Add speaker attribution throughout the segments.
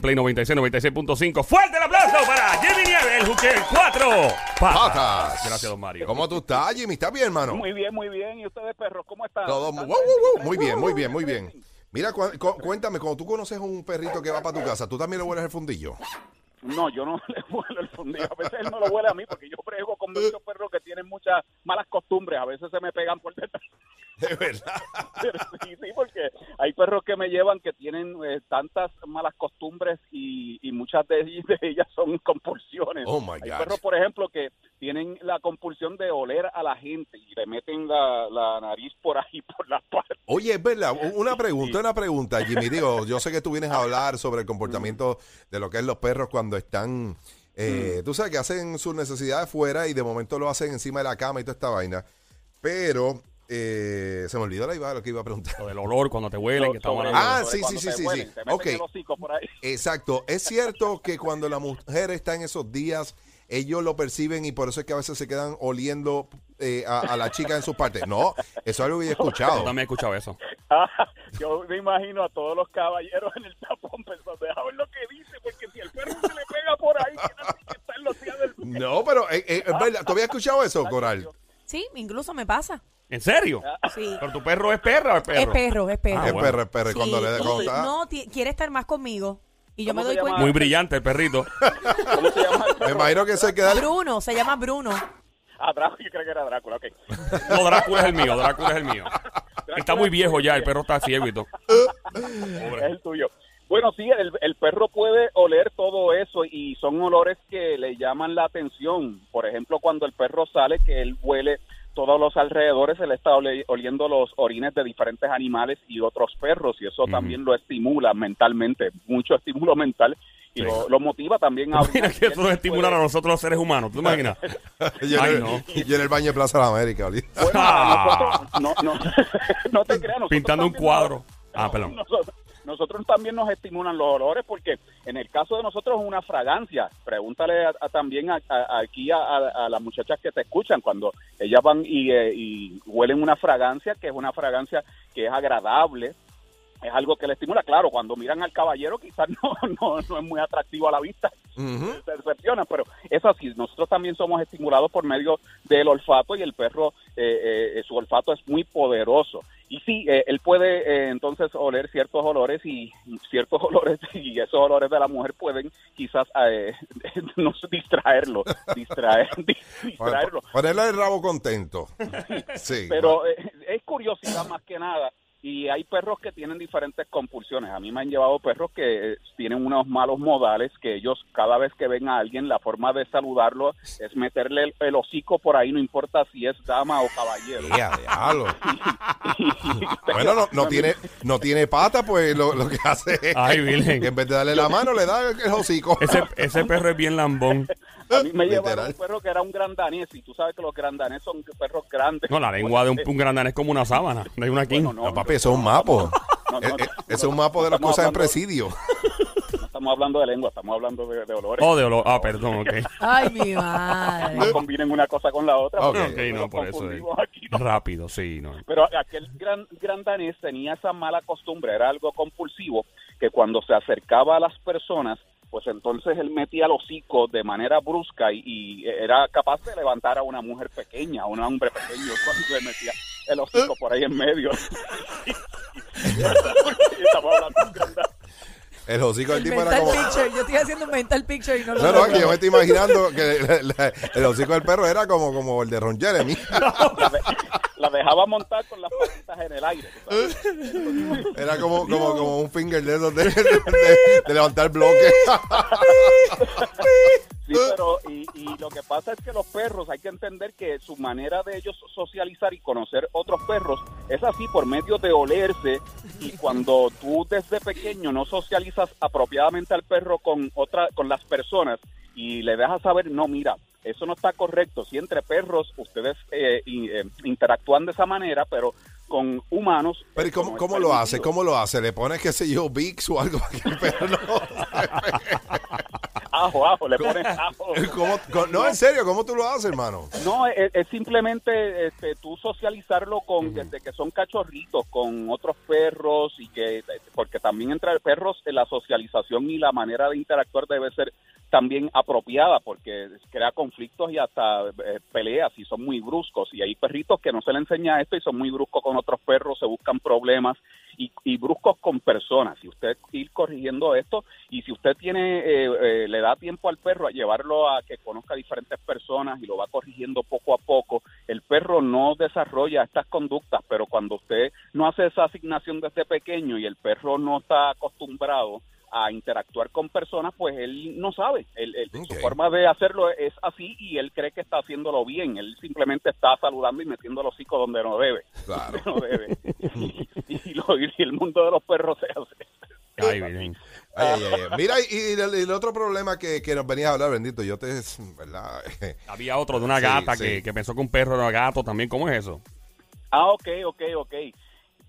Speaker 1: Play 96, 96.5. Fuerte el aplauso para Jimmy Nieves, el juqueo cuatro patas.
Speaker 2: Patas.
Speaker 1: Gracias, don Mario.
Speaker 2: ¿Cómo tú estás, Jimmy? ¿Estás bien, hermano?
Speaker 3: Muy bien, muy bien. ¿Y ustedes, perros, cómo están?
Speaker 2: Todo mu-
Speaker 3: ¿Están
Speaker 2: wow, wow, wow.
Speaker 3: bien?
Speaker 2: Muy bien, muy bien, muy bien. Mira, cu- cu- cuéntame, cuando tú conoces a un perrito que va para tu casa, ¿tú también le hueles el fundillo?
Speaker 3: No, yo no le huelo el fundillo. A veces él no lo huele a mí porque yo prego con muchos perros que tienen muchas malas costumbres. A veces se me pegan por detrás.
Speaker 2: De verdad.
Speaker 3: Sí, sí, porque hay perros que me llevan que tienen eh, tantas malas costumbres y, y muchas de, de ellas son compulsiones.
Speaker 2: Oh, my
Speaker 3: hay
Speaker 2: God.
Speaker 3: perros, por ejemplo, que tienen la compulsión de oler a la gente y le meten la, la nariz por ahí, por la parte.
Speaker 2: Oye, es verdad, u- una pregunta, una pregunta, Jimmy. Digo, yo sé que tú vienes a hablar sobre el comportamiento de lo que es los perros cuando están, eh, tú sabes que hacen sus necesidades fuera y de momento lo hacen encima de la cama y toda esta vaina. Pero eh, se me olvidó la iba, lo que iba a preguntar.
Speaker 1: Lo del olor cuando te huelen, que estamos
Speaker 3: Sobre-
Speaker 1: hablando. de-
Speaker 2: Ah,
Speaker 3: sobre
Speaker 2: sí,
Speaker 3: cuando
Speaker 2: sí,
Speaker 3: te
Speaker 2: sí, sí,
Speaker 3: huelen,
Speaker 2: sí.
Speaker 3: te meten
Speaker 2: Ok.
Speaker 3: el hocico por ahí.
Speaker 2: Exacto, es cierto que cuando la mujer está en esos días, ellos lo perciben y por eso es que a veces se quedan oliendo eh, a, a la chica en sus partes. No, eso es algo que yo he
Speaker 1: Yo
Speaker 2: escuchado.
Speaker 1: también he escuchado eso.
Speaker 3: Ah, yo me imagino a todos los caballeros en el tapón pensando, déjame ver lo que dice, porque si el perro se le pega por ahí, tiene que estar en los días del...
Speaker 2: No, pero eh, eh, es verdad, ¿tú habías escuchado eso, Coral?
Speaker 4: Sí, incluso me pasa.
Speaker 1: ¿En serio?
Speaker 4: Sí.
Speaker 1: Pero tu perro es perra o es perro.
Speaker 4: Es perro, es perro.
Speaker 1: Ah,
Speaker 2: es
Speaker 1: bueno.
Speaker 2: perro, es perro,
Speaker 4: Sí,
Speaker 2: cuando le
Speaker 4: y
Speaker 2: cuando está-
Speaker 4: No, ti- quiere estar más conmigo. Y yo
Speaker 3: ¿Cómo
Speaker 4: me
Speaker 3: se
Speaker 4: doy
Speaker 3: llama?
Speaker 4: cuenta.
Speaker 1: Muy brillante el perrito.
Speaker 3: ¿Cómo se llama? el
Speaker 2: Me
Speaker 3: perro?
Speaker 2: imagino que eso hay que darle.
Speaker 4: Bruno, se llama Bruno.
Speaker 3: Ah, Drácula, yo creo que era Drácula, ok.
Speaker 1: No, Drácula es el mío, Drácula es el mío. Está muy viejo ya, el perro está ciego y todo.
Speaker 3: Es el tuyo. Bueno, sí, el, el perro puede oler todo eso y son olores que le llaman la atención. Por ejemplo, cuando el perro sale, que él huele todos los alrededores, él está ole- oliendo los orines de diferentes animales y otros perros y eso también lo estimula mentalmente, mucho estímulo mental y lo, lo motiva también a...
Speaker 1: Mira que eso nos estimula a
Speaker 3: Puede-
Speaker 1: nosotros los seres humanos, ¿tú te imaginas?
Speaker 2: Yo, en
Speaker 1: Ay,
Speaker 2: el-
Speaker 1: no.
Speaker 2: yo en el baño de Plaza de América, oli.
Speaker 3: Bueno,
Speaker 1: Ah.
Speaker 3: nosotros- no, no, no te creas. nosotros
Speaker 1: Pintando un
Speaker 3: también-
Speaker 1: cuadro. Ah, perdón.
Speaker 3: Nosotros, nosotros también nos estimulan los olores porque en el caso de nosotros es una fragancia. Pregúntale a- a- también a- a- aquí a, a- a las muchachas que te escuchan cuando ellas van y, eh, y huelen una fragancia que es una fragancia que es agradable. Es algo que le estimula, claro, cuando miran al caballero quizás no, no, no es muy atractivo a la vista,
Speaker 2: Ujú.
Speaker 3: se decepcionan, pero es así. Nosotros también somos estimulados por medio del olfato y el perro, eh, eh, su olfato es muy poderoso. Y sí, eh, él puede eh, entonces oler ciertos olores y ciertos olores y esos olores de la mujer pueden quizás eh, no sé, distraerlo, distraer, di-
Speaker 2: Para-
Speaker 3: distraerlo.
Speaker 2: Ponerle el rabo contento. Sí.
Speaker 3: Pero eh, es curiosidad más que nada. Y hay perros que tienen diferentes compulsiones. A mí me han llevado perros que eh, tienen unos malos modales, que ellos cada vez que ven a alguien, la forma de saludarlo es meterle el, el hocico por ahí, no importa si es dama o caballero.
Speaker 2: Ya, diablo. Bueno, no, no tiene, no tiene pata, pues lo, lo que hace es
Speaker 1: Ay,
Speaker 2: que en
Speaker 1: Virgen.
Speaker 2: vez de darle la mano, le da el hocico.
Speaker 1: Ese, ese perro es bien lambón.
Speaker 3: A mí me llevaron
Speaker 2: Literal.
Speaker 3: un perro que era un gran danés, y tú sabes que los gran danés son perros grandes. eh,
Speaker 1: No, la lengua de un, un grandan es como una sábana. No hay una aquí.
Speaker 3: Bueno, no,
Speaker 2: No, papi, eso es un mapo.
Speaker 3: No, no,
Speaker 2: Eh, eh,
Speaker 3: no,
Speaker 2: Ese es un mapo de las
Speaker 3: estamos
Speaker 2: cosas en
Speaker 3: hablando-
Speaker 2: presidio.
Speaker 3: no estamos hablando de lengua, estamos hablando de, de olores.
Speaker 1: Oh, de olor. Ah, perdón, ok.
Speaker 4: Ay, mi madre.
Speaker 3: No combinen una cosa con la otra.
Speaker 2: Ok.
Speaker 3: porque
Speaker 1: Ok,
Speaker 3: nos
Speaker 1: no, por eso. eh. es
Speaker 3: confundimos aquí, ¿no?
Speaker 1: Rápido, sí, no.
Speaker 3: Pero aquel gran, gran danés tenía esa mala costumbre, era algo compulsivo, que cuando se acercaba a las personas, pues entonces él metía el hocico de manera brusca y, y era capaz de levantar a una mujer pequeña, a un hombre pequeño, cuando le metía el hocico por ahí en medio. Estamos hablando de un gran danés.
Speaker 2: El hocico del
Speaker 4: El
Speaker 2: tipo era
Speaker 4: mental
Speaker 2: como.
Speaker 4: picture. Yo estoy haciendo un mental picture y no lo
Speaker 2: No, no,
Speaker 4: logro.
Speaker 2: es que yo me estoy imaginando que el, el- el hocico del perro era como, como el de Ron Jeremy.
Speaker 3: La, de- la dejaba montar con las patitas en el aire. tú sabes.
Speaker 2: Era como, como, como un finger de esos de, de- de- de levantar bloques. ¿Eh?
Speaker 3: Sí, pero y, y lo que pasa es que los perros hay que entender que su manera de ellos socializar y conocer otros perros es así por medio de olerse y cuando tú desde pequeño no socializas apropiadamente al perro con otra con las personas y le dejas saber no mira eso no está correcto si entre perros ustedes eh, y, eh, interactúan de esa manera pero con humanos pues,
Speaker 2: Pero ¿y
Speaker 3: eso no
Speaker 2: cómo,
Speaker 3: es
Speaker 2: cómo lo hace?
Speaker 3: permitido.
Speaker 2: ¿Cómo lo hace? ¿Le pones, qué sé yo, Vicks o algo para que el perro no-
Speaker 3: A ajo, ajo, le pones ajo.
Speaker 2: ¿Cómo- co- no, en serio, ¿cómo tú lo haces, hermano?
Speaker 3: No, es, es simplemente este, tú socializarlo con desde que son cachorritos, con otros perros y que porque también entre perros eh, la socialización y la manera de interactuar debe ser también apropiada porque crea conflictos y hasta eh, peleas y son muy bruscos y hay perritos que no se le enseña esto y son muy bruscos con otros perros, se buscan problemas y, y bruscos con personas. Si usted ir corrigiendo esto y si usted tiene eh, eh, le da tiempo al perro a llevarlo a que conozca diferentes personas y lo va corrigiendo poco a poco, el perro no desarrolla estas conductas, pero cuando usted no hace esa asignación desde pequeño y el perro no está acostumbrado a interactuar con personas, pues él no sabe. Él- él- Su
Speaker 2: Ok.
Speaker 3: forma de hacerlo es así y él cree que está haciéndolo bien. Él simplemente está saludando y metiendo los hocico donde no debe.
Speaker 2: Claro.
Speaker 3: No debe. y, y lo- y el mundo de los perros se hace.
Speaker 1: Ay, Virgen.
Speaker 2: Ay, ay, ay. Mira, y, y el, el otro problema que, que nos venías a hablar, bendito, yo te... ¿Verdad?
Speaker 1: Había otro de una
Speaker 2: Sí,
Speaker 1: gata
Speaker 2: sí.
Speaker 1: Que, que pensó que un perro era gato también. ¿Cómo es eso?
Speaker 3: Ah, ok, ok, ok.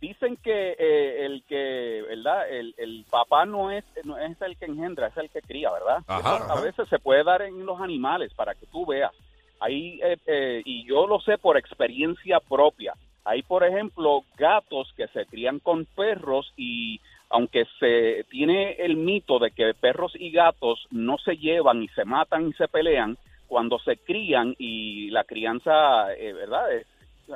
Speaker 3: Dicen que eh, el que, ¿verdad? El, el papá no es, no es el que engendra, es el que cría, ¿verdad?
Speaker 2: Ajá,
Speaker 3: Eso
Speaker 2: ajá.
Speaker 3: A veces se puede dar en los animales para que tú veas. Ahí, eh, eh, y yo lo sé por experiencia propia. Hay, por ejemplo, gatos que se crían con perros y aunque se tiene el mito de que perros y gatos no se llevan y se matan y se pelean, cuando se crían y la crianza, eh, ¿verdad? Es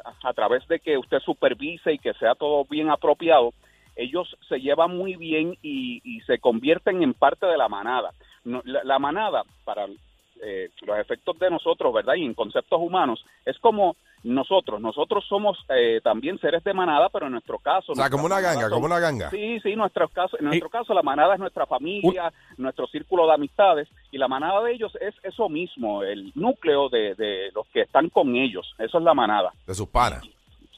Speaker 3: a- a través de que usted supervise y que sea todo bien apropiado, ellos se llevan muy bien y, y se convierten en parte de la manada. No, la, la manada, para eh, los efectos de nosotros, ¿verdad? Y en conceptos humanos, es como nosotros. Nosotros somos eh, también seres de manada, pero en nuestro caso...
Speaker 2: O sea, como una
Speaker 3: nuestras
Speaker 2: ganga,
Speaker 3: manadas
Speaker 2: como
Speaker 3: son-
Speaker 2: una ganga.
Speaker 3: Sí, sí, nuestro caso, en nuestro caso la manada es nuestra familia, nuestro círculo de amistades y la manada de ellos es eso mismo, el núcleo de, de los que están con ellos, eso es la manada,
Speaker 2: De sus panas.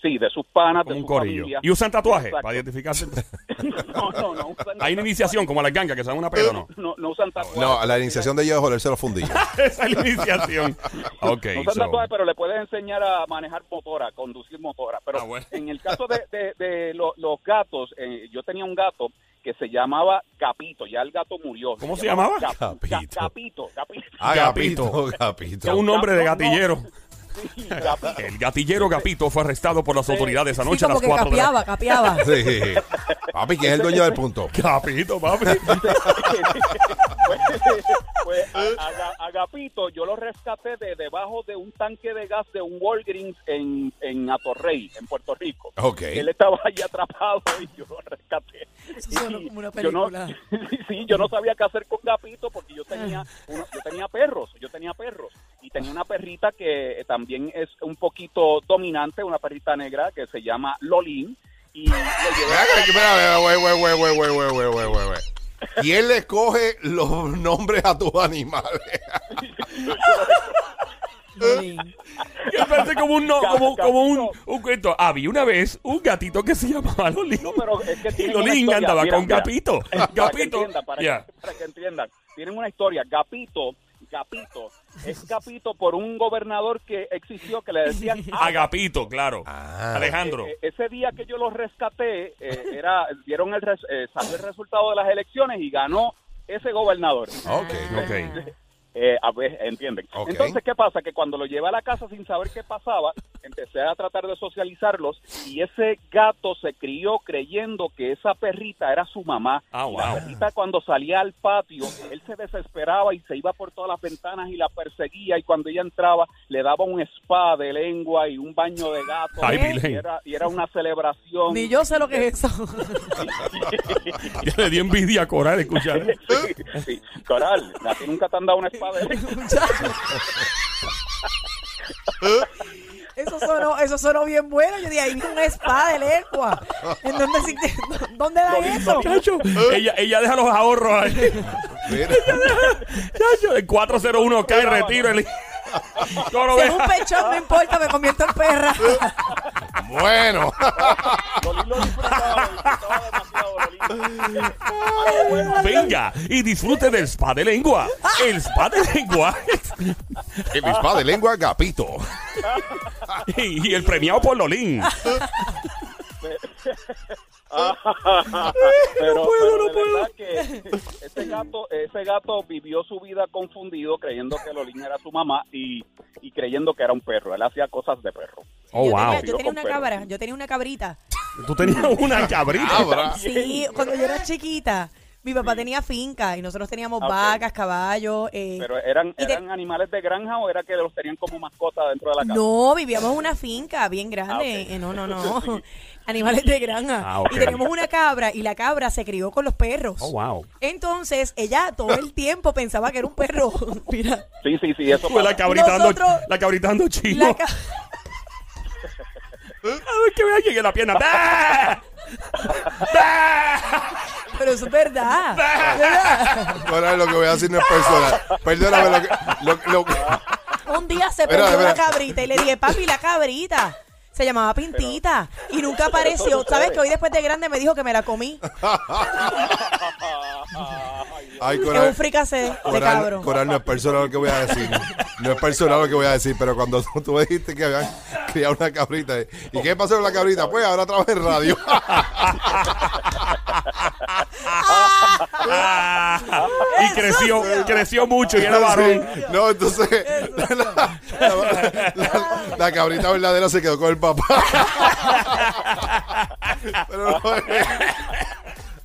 Speaker 3: sí, de sus panas, de
Speaker 1: Como un
Speaker 3: su
Speaker 1: corillo.
Speaker 3: familia.
Speaker 1: Y usan tatuajes
Speaker 3: Exacto.
Speaker 1: para identificarse.
Speaker 3: no, no, no usan
Speaker 1: Hay una iniciación como las gangas que se dan una peda, ¿no?
Speaker 3: No, no usan tatuajes.
Speaker 2: No, la iniciación de ellos es joderse los fundillos.
Speaker 1: Esa es la iniciación. Ok.
Speaker 3: No usan
Speaker 1: so-
Speaker 3: tatuajes, pero le puedes enseñar a manejar motora, conducir motora. Pero
Speaker 1: Ah, bueno.
Speaker 3: en el caso de, de- de lo- los gatos, eh, yo tenía un gato que se llamaba Capito, ya el gato murió.
Speaker 1: ¿Cómo se llamaba?
Speaker 3: Cap- Ca-
Speaker 2: Capito.
Speaker 3: Capito, Capito.
Speaker 2: Ah,
Speaker 1: Gapito.
Speaker 2: Gapito,
Speaker 1: Que un
Speaker 2: Gapito.
Speaker 1: nombre de
Speaker 3: No, no.
Speaker 1: gatillero.
Speaker 3: Sí, Capito.
Speaker 1: El gatillero Gapito fue arrestado por las autoridades
Speaker 4: Sí,
Speaker 1: anoche a
Speaker 4: como
Speaker 1: las
Speaker 4: que
Speaker 1: 4 de la
Speaker 4: capeaba, capeaba.
Speaker 2: Sí. Papi, ¿quién es el dueño del punto?
Speaker 1: Gapito, papi.
Speaker 3: pues, pues, a, a Ga- a Gapito yo lo rescaté de debajo de un tanque de gas de un Walgreens en, en Atorrey, en Puerto Rico.
Speaker 2: Ok.
Speaker 3: Él estaba ahí atrapado y yo lo rescaté.
Speaker 4: Eso suena
Speaker 3: Y
Speaker 4: como una
Speaker 3: yo no-
Speaker 4: película.
Speaker 3: sí, yo no sabía qué hacer con Gapito porque yo tenía,
Speaker 4: Ah.
Speaker 3: uno- yo tenía perros, yo tenía perros. Y tenía una perrita que eh, también es un poquito dominante, una perrita negra que se llama Lolín. Y lo llevé
Speaker 2: Espera, espera, güey, güey, güey, güey, güey, güey, güey, güey, güey, güey. ¿Quién le coge los nombres a tus animales?
Speaker 4: Lolín.
Speaker 1: Que parece como un, no- como,
Speaker 3: Ga-
Speaker 1: como un,
Speaker 3: Gapito.
Speaker 1: un cuento. Había una vez un gatito que se llamaba Lolín.
Speaker 3: No, pero es que
Speaker 1: y
Speaker 3: tienen una
Speaker 1: Lolín
Speaker 3: historia.
Speaker 1: andaba
Speaker 3: Mira,
Speaker 1: con
Speaker 3: mira.
Speaker 1: Gapito.
Speaker 3: Para que
Speaker 1: Gapito.
Speaker 3: entiendan, para,
Speaker 1: Ya.
Speaker 3: que, para que entiendan. Tienen una historia. Gapito, Gapito, es Gapito por un gobernador que existió que le decían
Speaker 1: A Gapito, claro.
Speaker 2: Ah.
Speaker 1: Alejandro.
Speaker 3: Eh, eh, ese día que yo lo rescaté, eh, era, dieron el, res- eh, salió el resultado de las elecciones y ganó ese gobernador.
Speaker 2: Ok,
Speaker 1: ok.
Speaker 3: Eh, a ver, entienden.
Speaker 2: Ok.
Speaker 3: Entonces, ¿qué pasa? Que cuando lo llevé a la casa sin saber qué pasaba, empecé a tratar de socializarlos y ese gato se crió creyendo que esa perrita era su mamá.
Speaker 1: Ah,
Speaker 3: Y la
Speaker 1: wow.
Speaker 3: perrita cuando salía al patio, él se desesperaba y se iba por todas las ventanas y la perseguía y cuando ella entraba le daba un spa de lengua y un baño de gato.
Speaker 1: Ay,
Speaker 3: y,
Speaker 1: Vilén.
Speaker 3: era, y era una celebración.
Speaker 4: Ni yo sé lo que es eso.
Speaker 3: eh,
Speaker 1: Ya le di envidia a Coral escuchar.
Speaker 3: Sí, Coral, a ti nunca te han dado una spa de lengua.
Speaker 4: Muchacho. Eso sonó, eso sonó bien bueno. Yo dije, ahí vi un spa de lengua. ¿En dónde, existe- dónde da eso?
Speaker 1: Chacho,
Speaker 3: Eh.
Speaker 1: ella, ella deja los ahorros ahí.
Speaker 2: Mira.
Speaker 1: Chacho, el 401 cae, retiro el. Todo lo
Speaker 4: Si es un
Speaker 1: deja.
Speaker 4: pechón, no importa, me convierto en perra.
Speaker 2: Bueno.
Speaker 3: Lolín lo disfrutaba, lo disfrutaba demasiado, Lolín. Algo bueno.
Speaker 1: Venga y disfrute del spa de lengua. El spa de lengua.
Speaker 2: El bispa de lengua, Gapito.
Speaker 1: Y, y el premiado por Lolín.
Speaker 3: pero,
Speaker 1: no puedo,
Speaker 3: pero
Speaker 1: no
Speaker 3: de verdad que es ese gato, ese gato vivió su vida confundido creyendo que Lolín era su mamá y, y creyendo que era un perro. Él hacía cosas de perro.
Speaker 1: Oh,
Speaker 4: yo,
Speaker 1: wow.
Speaker 4: tenía, yo tenía
Speaker 3: Con
Speaker 4: una
Speaker 3: pelo.
Speaker 4: cabra, yo tenía una cabrita.
Speaker 1: Tú tenías una
Speaker 3: Ah,
Speaker 1: cabrita.
Speaker 2: Cabra.
Speaker 4: Sí, cuando yo era chiquita, mi papá tenía finca y nosotros teníamos
Speaker 3: Ah, ok.
Speaker 4: vacas, caballos. eh,
Speaker 3: Pero eran,
Speaker 4: y te-
Speaker 3: eran animales de granja o era que los tenían como mascota dentro de la casa.
Speaker 4: No, vivíamos en una finca bien grande.
Speaker 3: Ah, ok.
Speaker 4: Eh, No, no, no. Animales de granja.
Speaker 1: Ah, ok.
Speaker 4: Y teníamos una cabra y la cabra se crió con los perros.
Speaker 1: Oh, wow.
Speaker 4: Entonces, ella todo el tiempo pensaba que era un perro. Mira.
Speaker 3: Sí, sí, sí, eso
Speaker 1: Fue la
Speaker 3: pasa.
Speaker 1: cabrita dando-
Speaker 4: Nosotros-
Speaker 1: la cabrita dando chivo.
Speaker 4: La ca-
Speaker 1: Ay, que me llegue la pierna. ¡Bah! ¡Bah!
Speaker 4: Pero eso es verdad. ¿Verdad?
Speaker 2: Ahora lo que voy a decir no es personal. Perdóname lo que. Lo, lo-
Speaker 4: Un día se
Speaker 2: Espera,
Speaker 4: perdió la
Speaker 2: espera.
Speaker 4: cabrita y le dije, papi, la cabrita. Se llamaba Pintita y nunca apareció.
Speaker 3: sucede.
Speaker 4: ¿Sabes que hoy después de grande me dijo que me la comí?
Speaker 2: Ay,
Speaker 4: Es
Speaker 2: Coral,
Speaker 4: un fricase de
Speaker 2: Coral,
Speaker 4: cabrón.
Speaker 2: Coral, no es personal lo que voy a decir. No es personal lo que voy a decir, pero cuando tú, tú me dijiste que habían criado una cabrita. ¿eh? ¿Y qué pasó con la cabrita? Pues ahora trabaja en radio.
Speaker 1: Ah, y creció, creció mucho y era varón.
Speaker 2: Sí. No, entonces la, la- la- la cabrita verdadera se quedó con el papá. pero no es.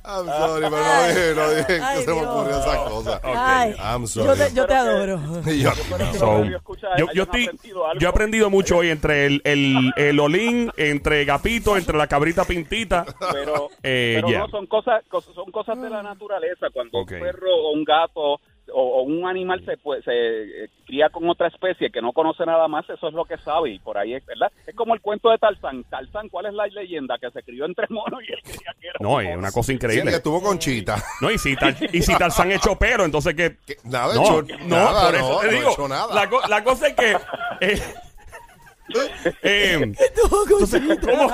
Speaker 2: I'm sorry, pero no dije, no dije que
Speaker 4: Ay,
Speaker 2: se me
Speaker 4: Dios.
Speaker 2: ocurrió esa cosa.
Speaker 4: Ay,
Speaker 2: I'm
Speaker 4: yo
Speaker 2: sorry.
Speaker 4: te, yo te adoro.
Speaker 2: Y yo-
Speaker 1: So,
Speaker 3: Radio escucha,
Speaker 1: yo,
Speaker 3: hayan
Speaker 1: yo estoy-
Speaker 3: aprendido algo.
Speaker 1: yo he aprendido mucho hoy entre el, el, el olín, entre Gapito, entre la cabrita pintita.
Speaker 3: pero,
Speaker 1: Eh,
Speaker 3: pero
Speaker 1: yeah.
Speaker 3: no son cosas cos- son cosas de la naturaleza cuando
Speaker 1: Ok.
Speaker 3: un perro o un gato o, o un animal se pues, se eh, cría con otra especie que no conoce nada más eso es lo que sabe y por ahí es verdad es como el cuento de Tarzán Tarzán cuál es la leyenda que se crió entre monos y él creía que era un
Speaker 1: No, es
Speaker 3: mono.
Speaker 1: una cosa
Speaker 2: Sí, que
Speaker 1: increíble.
Speaker 2: estuvo con Chita.
Speaker 1: No, y si, tal, y si Tarzán echó pero, entonces que...
Speaker 2: Que Nada,
Speaker 1: No,
Speaker 2: hecho,
Speaker 1: no,
Speaker 2: nada,
Speaker 1: por eso
Speaker 2: no,
Speaker 1: te
Speaker 2: no
Speaker 1: digo.
Speaker 2: hecho nada.
Speaker 1: La, co- la cosa es que... eh, eh, ¿cómo?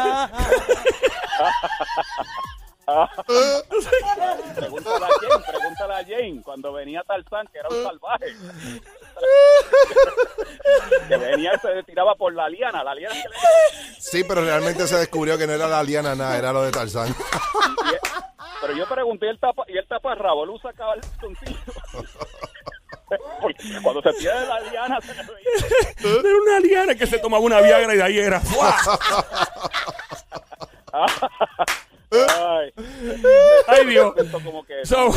Speaker 3: pregúntale a Jane pregúntale a Jane cuando venía Tarzán que era un salvaje que venía y se tiraba por la liana la liana que le
Speaker 2: Sí, pero realmente se descubrió que no era la liana nada, era lo de Tarzán.
Speaker 3: Y él- Pero yo pregunté, ¿y el, tapa, y el taparrabo lo usa cabalzoncillo? Porque cuando se pierde la diana se le veía.
Speaker 1: Era una liana que se tomaba una Viagra y de ahí era. ¡fua!
Speaker 3: Ay,
Speaker 1: ¡Ay, Dios!
Speaker 3: esto como que...
Speaker 1: So,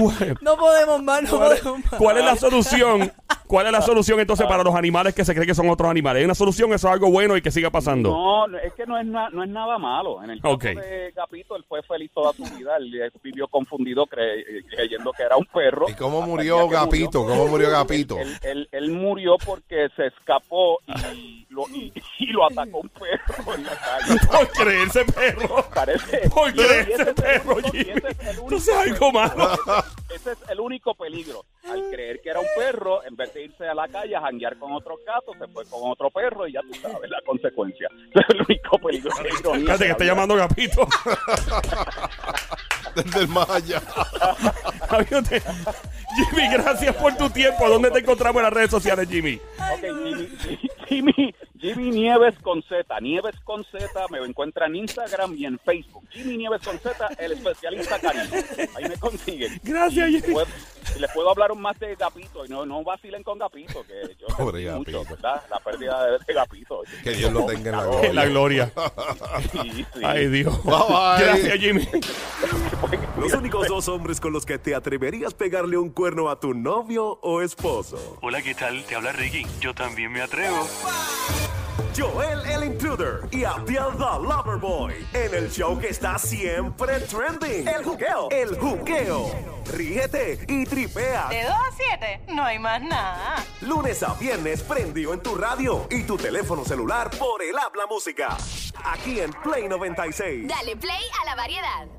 Speaker 1: ¿cuál,
Speaker 4: No podemos más, no podemos más.
Speaker 1: cuál es la solución? ¿Cuál es la solución entonces para los animales que se cree que son otros animales? ¿Hay una solución? ¿Eso es algo bueno y que siga pasando?
Speaker 3: No, no, es que no es, na- no es nada malo. En el caso
Speaker 1: Ok.
Speaker 3: de Capito, él fue feliz toda su vida. Él eh, vivió confundido cre- creyendo que era un perro.
Speaker 2: ¿Y cómo
Speaker 3: Hasta el
Speaker 2: murió
Speaker 3: día que
Speaker 2: Gapito? ¿Cómo murió Gapito?
Speaker 3: Él, él- él murió porque se escapó y lo, y- y lo atacó un perro en la calle.
Speaker 1: Por creerse perro.
Speaker 3: Parece.
Speaker 1: Por
Speaker 3: y ese
Speaker 1: creerse
Speaker 3: es el
Speaker 1: perro,
Speaker 3: único- y
Speaker 1: Jimmy.
Speaker 3: ese es el único
Speaker 1: Entonces algo malo.
Speaker 3: Ese es el único peligro. Al creer que era un perro, en vez de irse a la calle a janguear con otro gato, se fue con otro perro y ya tú sabes la consecuencia. Es el único peligro. la
Speaker 1: Fíjate que
Speaker 3: ironía de la
Speaker 1: está
Speaker 3: vida.
Speaker 1: llamando Gapito.
Speaker 2: Desde el más allá.
Speaker 1: Avionte. Jimmy, gracias por tu tiempo. ¿Dónde te encontramos en las redes sociales, Jimmy?
Speaker 3: Ok, Jimmy, Jimmy, Jimmy Nieves con Z. Nieves con Z me encuentra en Instagram y en Facebook. Jimmy Nieves con Z, el especialista cariño. Ahí me consiguen.
Speaker 1: Gracias,
Speaker 3: Y
Speaker 1: Jimmy.
Speaker 3: puedo- y les puedo hablar un más de Gapito. Y no, no vacilen con Gapito, que yo
Speaker 2: Pobre
Speaker 3: sentí mucho,
Speaker 2: Gapito.
Speaker 3: ¿verdad? La pérdida de, de Gapito.
Speaker 2: Que Dios lo tenga en la
Speaker 1: En la
Speaker 2: gloria.
Speaker 1: gloria.
Speaker 3: Sí, sí.
Speaker 1: Ay, Dios.
Speaker 2: bye.
Speaker 1: Gracias, Jimmy.
Speaker 5: Los únicos dos hombres con los que te atreverías pegarle un cuerno a tu novio o esposo.
Speaker 6: Hola, ¿qué tal? Te habla Ricky. Yo también me atrevo.
Speaker 5: Joel el Intruder y Abdiel the Loverboy en el show que está siempre trending. El juqueo. El juqueo. Ríete y tripea.
Speaker 7: De 2 a 7, no hay más nada.
Speaker 5: Lunes a viernes prendido en tu radio y tu teléfono celular por el habla música. Aquí en Play 96.
Speaker 8: Dale play a la variedad.